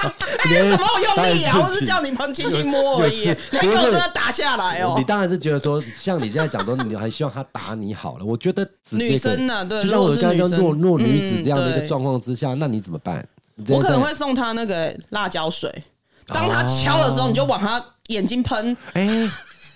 Speaker 3: 哎，怎么有用力啊？
Speaker 1: 打
Speaker 3: 我
Speaker 1: 你自己
Speaker 3: 是叫你喷轻轻摸而已
Speaker 1: 有有事，
Speaker 3: 你还给我真的打下来哦
Speaker 1: 你。当然是觉得说，像你现在讲说，你还希望他打你好了。我觉得直接
Speaker 3: 女生啊对
Speaker 1: 就像我
Speaker 3: 如果是
Speaker 1: 刚才讲
Speaker 3: 女生
Speaker 1: 弱弱女子这样的一
Speaker 3: 嗯
Speaker 1: 个
Speaker 3: 对
Speaker 1: 状况之下，那你怎么办？你这
Speaker 3: 我
Speaker 1: 样
Speaker 3: 可能
Speaker 1: 在哦
Speaker 3: 会送他那个欸辣椒水，当他敲的时候，你就往他眼睛喷，
Speaker 1: 哎，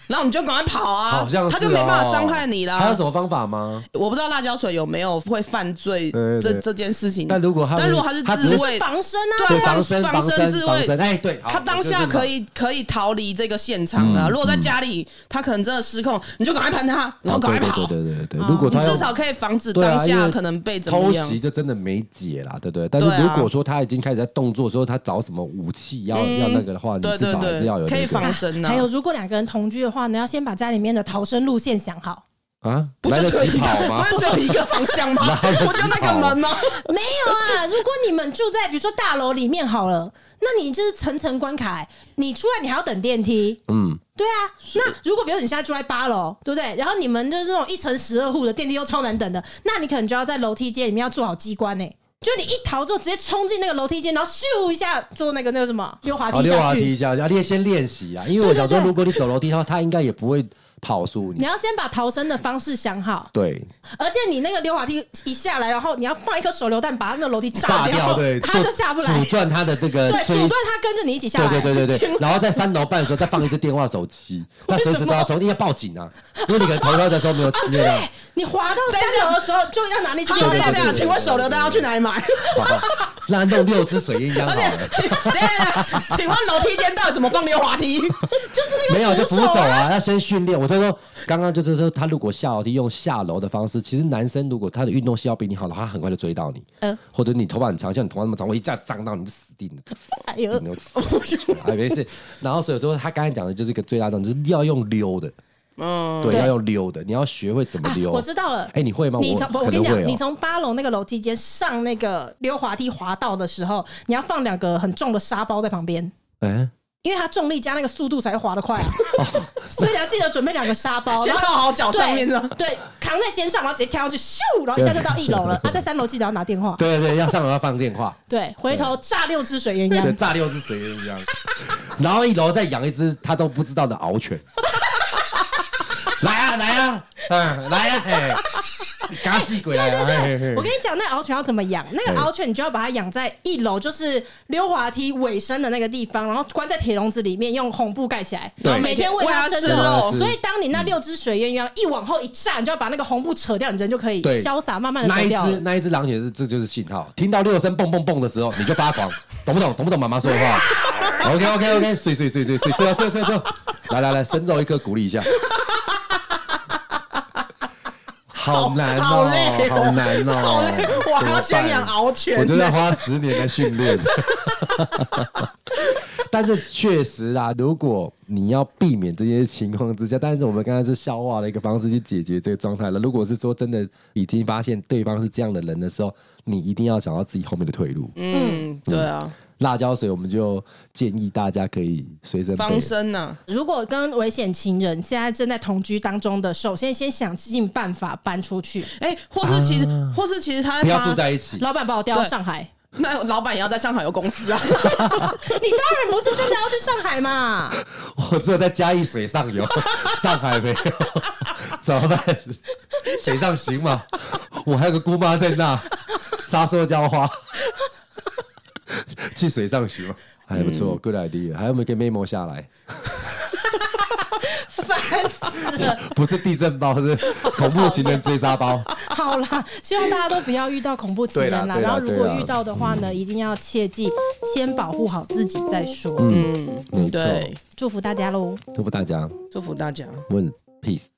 Speaker 3: 然后你就赶快跑啊，
Speaker 1: 好像是
Speaker 3: 他就没办法
Speaker 1: 哦
Speaker 3: 伤害你啦。
Speaker 1: 还有什么方法吗？
Speaker 3: 我不知道辣椒水有没有会犯罪
Speaker 1: 对对
Speaker 3: 这
Speaker 1: 对
Speaker 3: 这件事情，
Speaker 1: 但如果他
Speaker 3: 但如果他是
Speaker 1: 他只是
Speaker 3: 自卫，
Speaker 2: 防身啊，
Speaker 3: 对
Speaker 1: 对，
Speaker 3: 防
Speaker 1: 防身、
Speaker 3: 防
Speaker 1: 防
Speaker 3: 身
Speaker 1: 身、
Speaker 3: 自卫
Speaker 1: 防身。哎，对，好
Speaker 3: 他当下可。以可以逃离这个现场
Speaker 1: 嗯
Speaker 3: 了。如果在家里，他可能真的失控，你就赶快喷他，
Speaker 1: 我
Speaker 3: 然后
Speaker 1: 就
Speaker 3: 赶
Speaker 1: 是
Speaker 3: 快
Speaker 1: 这
Speaker 3: 跑
Speaker 1: 哦样。对对对对对对，如果
Speaker 3: 你
Speaker 1: 他要
Speaker 3: 至少可以防止
Speaker 1: 对啊
Speaker 3: 当
Speaker 1: 因为
Speaker 3: 下可能被怎
Speaker 1: 偷
Speaker 3: 么样。
Speaker 1: 袭就真的没解啦，对不对？但是
Speaker 3: 对啊
Speaker 1: 如果说他已经开始在动作的时候，他找什么武器要、
Speaker 3: 嗯
Speaker 1: 要那个的话，你
Speaker 3: 对
Speaker 1: 至
Speaker 3: 对
Speaker 1: 少还是要有、那个、啊
Speaker 3: 对，可以防身呢
Speaker 2: 还。有，如果两个人同居的话呢，要先把家里面的逃生路线想好。
Speaker 1: 啊，
Speaker 3: 不
Speaker 1: 来
Speaker 3: 就
Speaker 1: 得
Speaker 3: 只有
Speaker 1: 及
Speaker 3: 一个
Speaker 1: 跑吗
Speaker 3: 不？是只有一个方向吗？ 不就那个门吗？
Speaker 2: 没有啊，如果你们住在比如说大楼里面好了，那你就是层层关卡欸、你出来你还要等电梯。
Speaker 1: 嗯，
Speaker 2: 对啊，那如果比如你现在住在八楼，对不对？然后你们就是那种一层十二户的电梯又超难等的，那你可能就要在楼梯间里面要做好机关呢、欸就你一逃之后直接冲进那个楼梯间，然后咻一下坐那个那个什么溜滑
Speaker 1: 好
Speaker 2: 梯
Speaker 1: 啊溜
Speaker 2: 下
Speaker 1: 滑梯
Speaker 2: 去。
Speaker 1: 一下，要练先练习啊，因为我想说，
Speaker 2: 对对对
Speaker 1: 如果你走楼梯的话，他应该也不会跑输
Speaker 2: 你
Speaker 1: 你。
Speaker 2: 要先把逃生的方式想好，
Speaker 1: 对，
Speaker 2: 而且你那个溜滑梯一下来，然后你要放一颗手榴弹把那个楼梯
Speaker 1: 炸掉对，
Speaker 2: 他就下不来
Speaker 1: 阻。断他的这个
Speaker 2: 对，阻
Speaker 1: 追
Speaker 2: 断他跟着你一起下
Speaker 1: 对
Speaker 2: 来。
Speaker 1: 对对对 对，然后在三楼半的时候再放一只电话手机，那随时都要收，应该报警啊，因为你可能投票的时候没有
Speaker 2: 啊，
Speaker 1: 没有
Speaker 2: 对，你滑到三楼的时候就要拿那支
Speaker 3: 好，
Speaker 2: 手
Speaker 3: 等一
Speaker 2: 榴
Speaker 3: 下
Speaker 2: 弹
Speaker 3: 等一下，请问手榴弹要去哪里买？
Speaker 1: 好吧 那弄六只水烟枪好
Speaker 3: 而且
Speaker 1: 了，，
Speaker 3: 请等一下等一下，请问楼梯间到底怎么放溜滑梯？
Speaker 2: 就是那个
Speaker 1: 没有就扶
Speaker 2: 扶
Speaker 1: 手
Speaker 2: 手
Speaker 1: 啊，要先训练。我就说刚刚就是说，他如果下楼梯用下楼的方式，其实男生如果他的运动细胞比你好的话，他很快就追到你。
Speaker 2: 嗯
Speaker 1: 或者你头发很长，像你头发那么长，我一下脏到你就死定了，这个死
Speaker 2: 哎
Speaker 1: 定
Speaker 2: 呦
Speaker 1: 了，你就死定了哎没 事。然后所以说他刚才讲的就是一个最大重点，就是要用溜的，
Speaker 3: 嗯，
Speaker 1: 对，
Speaker 2: 哦对
Speaker 1: 要用溜的，你要学会怎么
Speaker 2: 啊
Speaker 1: 溜。
Speaker 2: 我知道了。
Speaker 1: 哎你会吗
Speaker 2: 你
Speaker 1: 我
Speaker 2: 从
Speaker 1: 可
Speaker 2: 我跟
Speaker 1: 能
Speaker 2: 你
Speaker 1: 会哦
Speaker 2: 讲，你从八楼那个楼梯间上那个溜滑梯滑道的时候，你要放两个很重的沙包在旁边，
Speaker 1: 哎，
Speaker 2: 因为它重力加那个速度才会滑得快啊、 所以你要记得准备两个沙包，
Speaker 3: 先
Speaker 2: 然
Speaker 3: 靠
Speaker 2: 后。
Speaker 3: 好脚上面呢。
Speaker 2: 对，扛在肩上，然后直接跳上去，咻，然后一下就到一楼了。啊，在三楼记得要拿电话，
Speaker 1: 对对对，要上楼要放电话，
Speaker 2: 对，回头炸六支水烟
Speaker 1: 对，
Speaker 2: 枪，
Speaker 1: 炸六只水烟枪， 然后一楼再养一只他都不知道的獒犬。 来啊来啊，嗯，来啊，嘿，嘎死 鬼来啊！嘿嘿嗯
Speaker 2: 我跟你讲，那獒犬要怎么养？那个獒犬你就要把它养在一楼，就是溜滑梯尾声的那个地方，然后关在铁笼子里面，用红布盖起来，
Speaker 1: 对
Speaker 2: 然后每天喂它生
Speaker 3: 喂它吃
Speaker 1: 肉
Speaker 2: 肉。所以当你那六只水鸳鸯一往后一站，你就要把那个红布扯掉，你人就可以
Speaker 1: 对
Speaker 2: 潇洒慢慢的
Speaker 1: 那
Speaker 2: 走
Speaker 1: 一
Speaker 2: 掉
Speaker 1: 只
Speaker 2: 了。
Speaker 1: 那一只狼犬是这就是信号，听到六声蹦蹦蹦的时候你就发狂，懂不懂？懂不懂妈妈说的 话？OK OK OK，睡睡睡睡睡睡睡睡睡，来来来，深肉一颗鼓励一下。好难哦，
Speaker 3: 好累哦
Speaker 1: 好难哦，
Speaker 3: 好累我还要
Speaker 1: 怎么
Speaker 3: 先
Speaker 1: 办
Speaker 3: 养獒犬，
Speaker 1: 我就要花十年来训练。 但是确实啊，如果你要避免这些情况之下，但是我们刚才是消化的一个方式去解决这个状态了。如果是说真的已经发现对方是这样的人的时候，你一定要找到自己后面的退路。
Speaker 3: 嗯，对啊，
Speaker 1: 辣椒水，我们就建议大家可以随身备
Speaker 3: 防。身呐，
Speaker 2: 如果跟危险情人现在正在同居当中的，首先先想尽办法搬出去。
Speaker 3: 哎，或是其实，或是其实他
Speaker 1: 啊不要
Speaker 3: 发
Speaker 1: 住在一起，
Speaker 2: 老板把我调到
Speaker 3: 对
Speaker 2: 上海，
Speaker 3: 那老板也要在上海有公司啊，
Speaker 2: 你当然不是真的要去上海嘛？
Speaker 1: 我只有在嘉义水上游， 上海没有， 怎么办？水上行吗？我还有个姑妈在那扎塑胶花， 去水上行吗？还不错、g o o d idea。还有没有给 memo 下来？
Speaker 2: 烦死了！
Speaker 1: 不是地震包，是恐怖情人追杀包。
Speaker 2: 好啦，希望大家都不要遇到恐怖情人
Speaker 1: 对啦
Speaker 2: 啦。
Speaker 1: 对啦
Speaker 2: 然后如果
Speaker 1: 对啦
Speaker 2: 遇到的话呢，一定要切记先保护好自己再说。
Speaker 1: 嗯
Speaker 3: 嗯，
Speaker 1: 没错
Speaker 3: 对，
Speaker 2: 祝福大家喽！
Speaker 1: 祝福大家
Speaker 3: 祝福大家。
Speaker 1: 问 peace。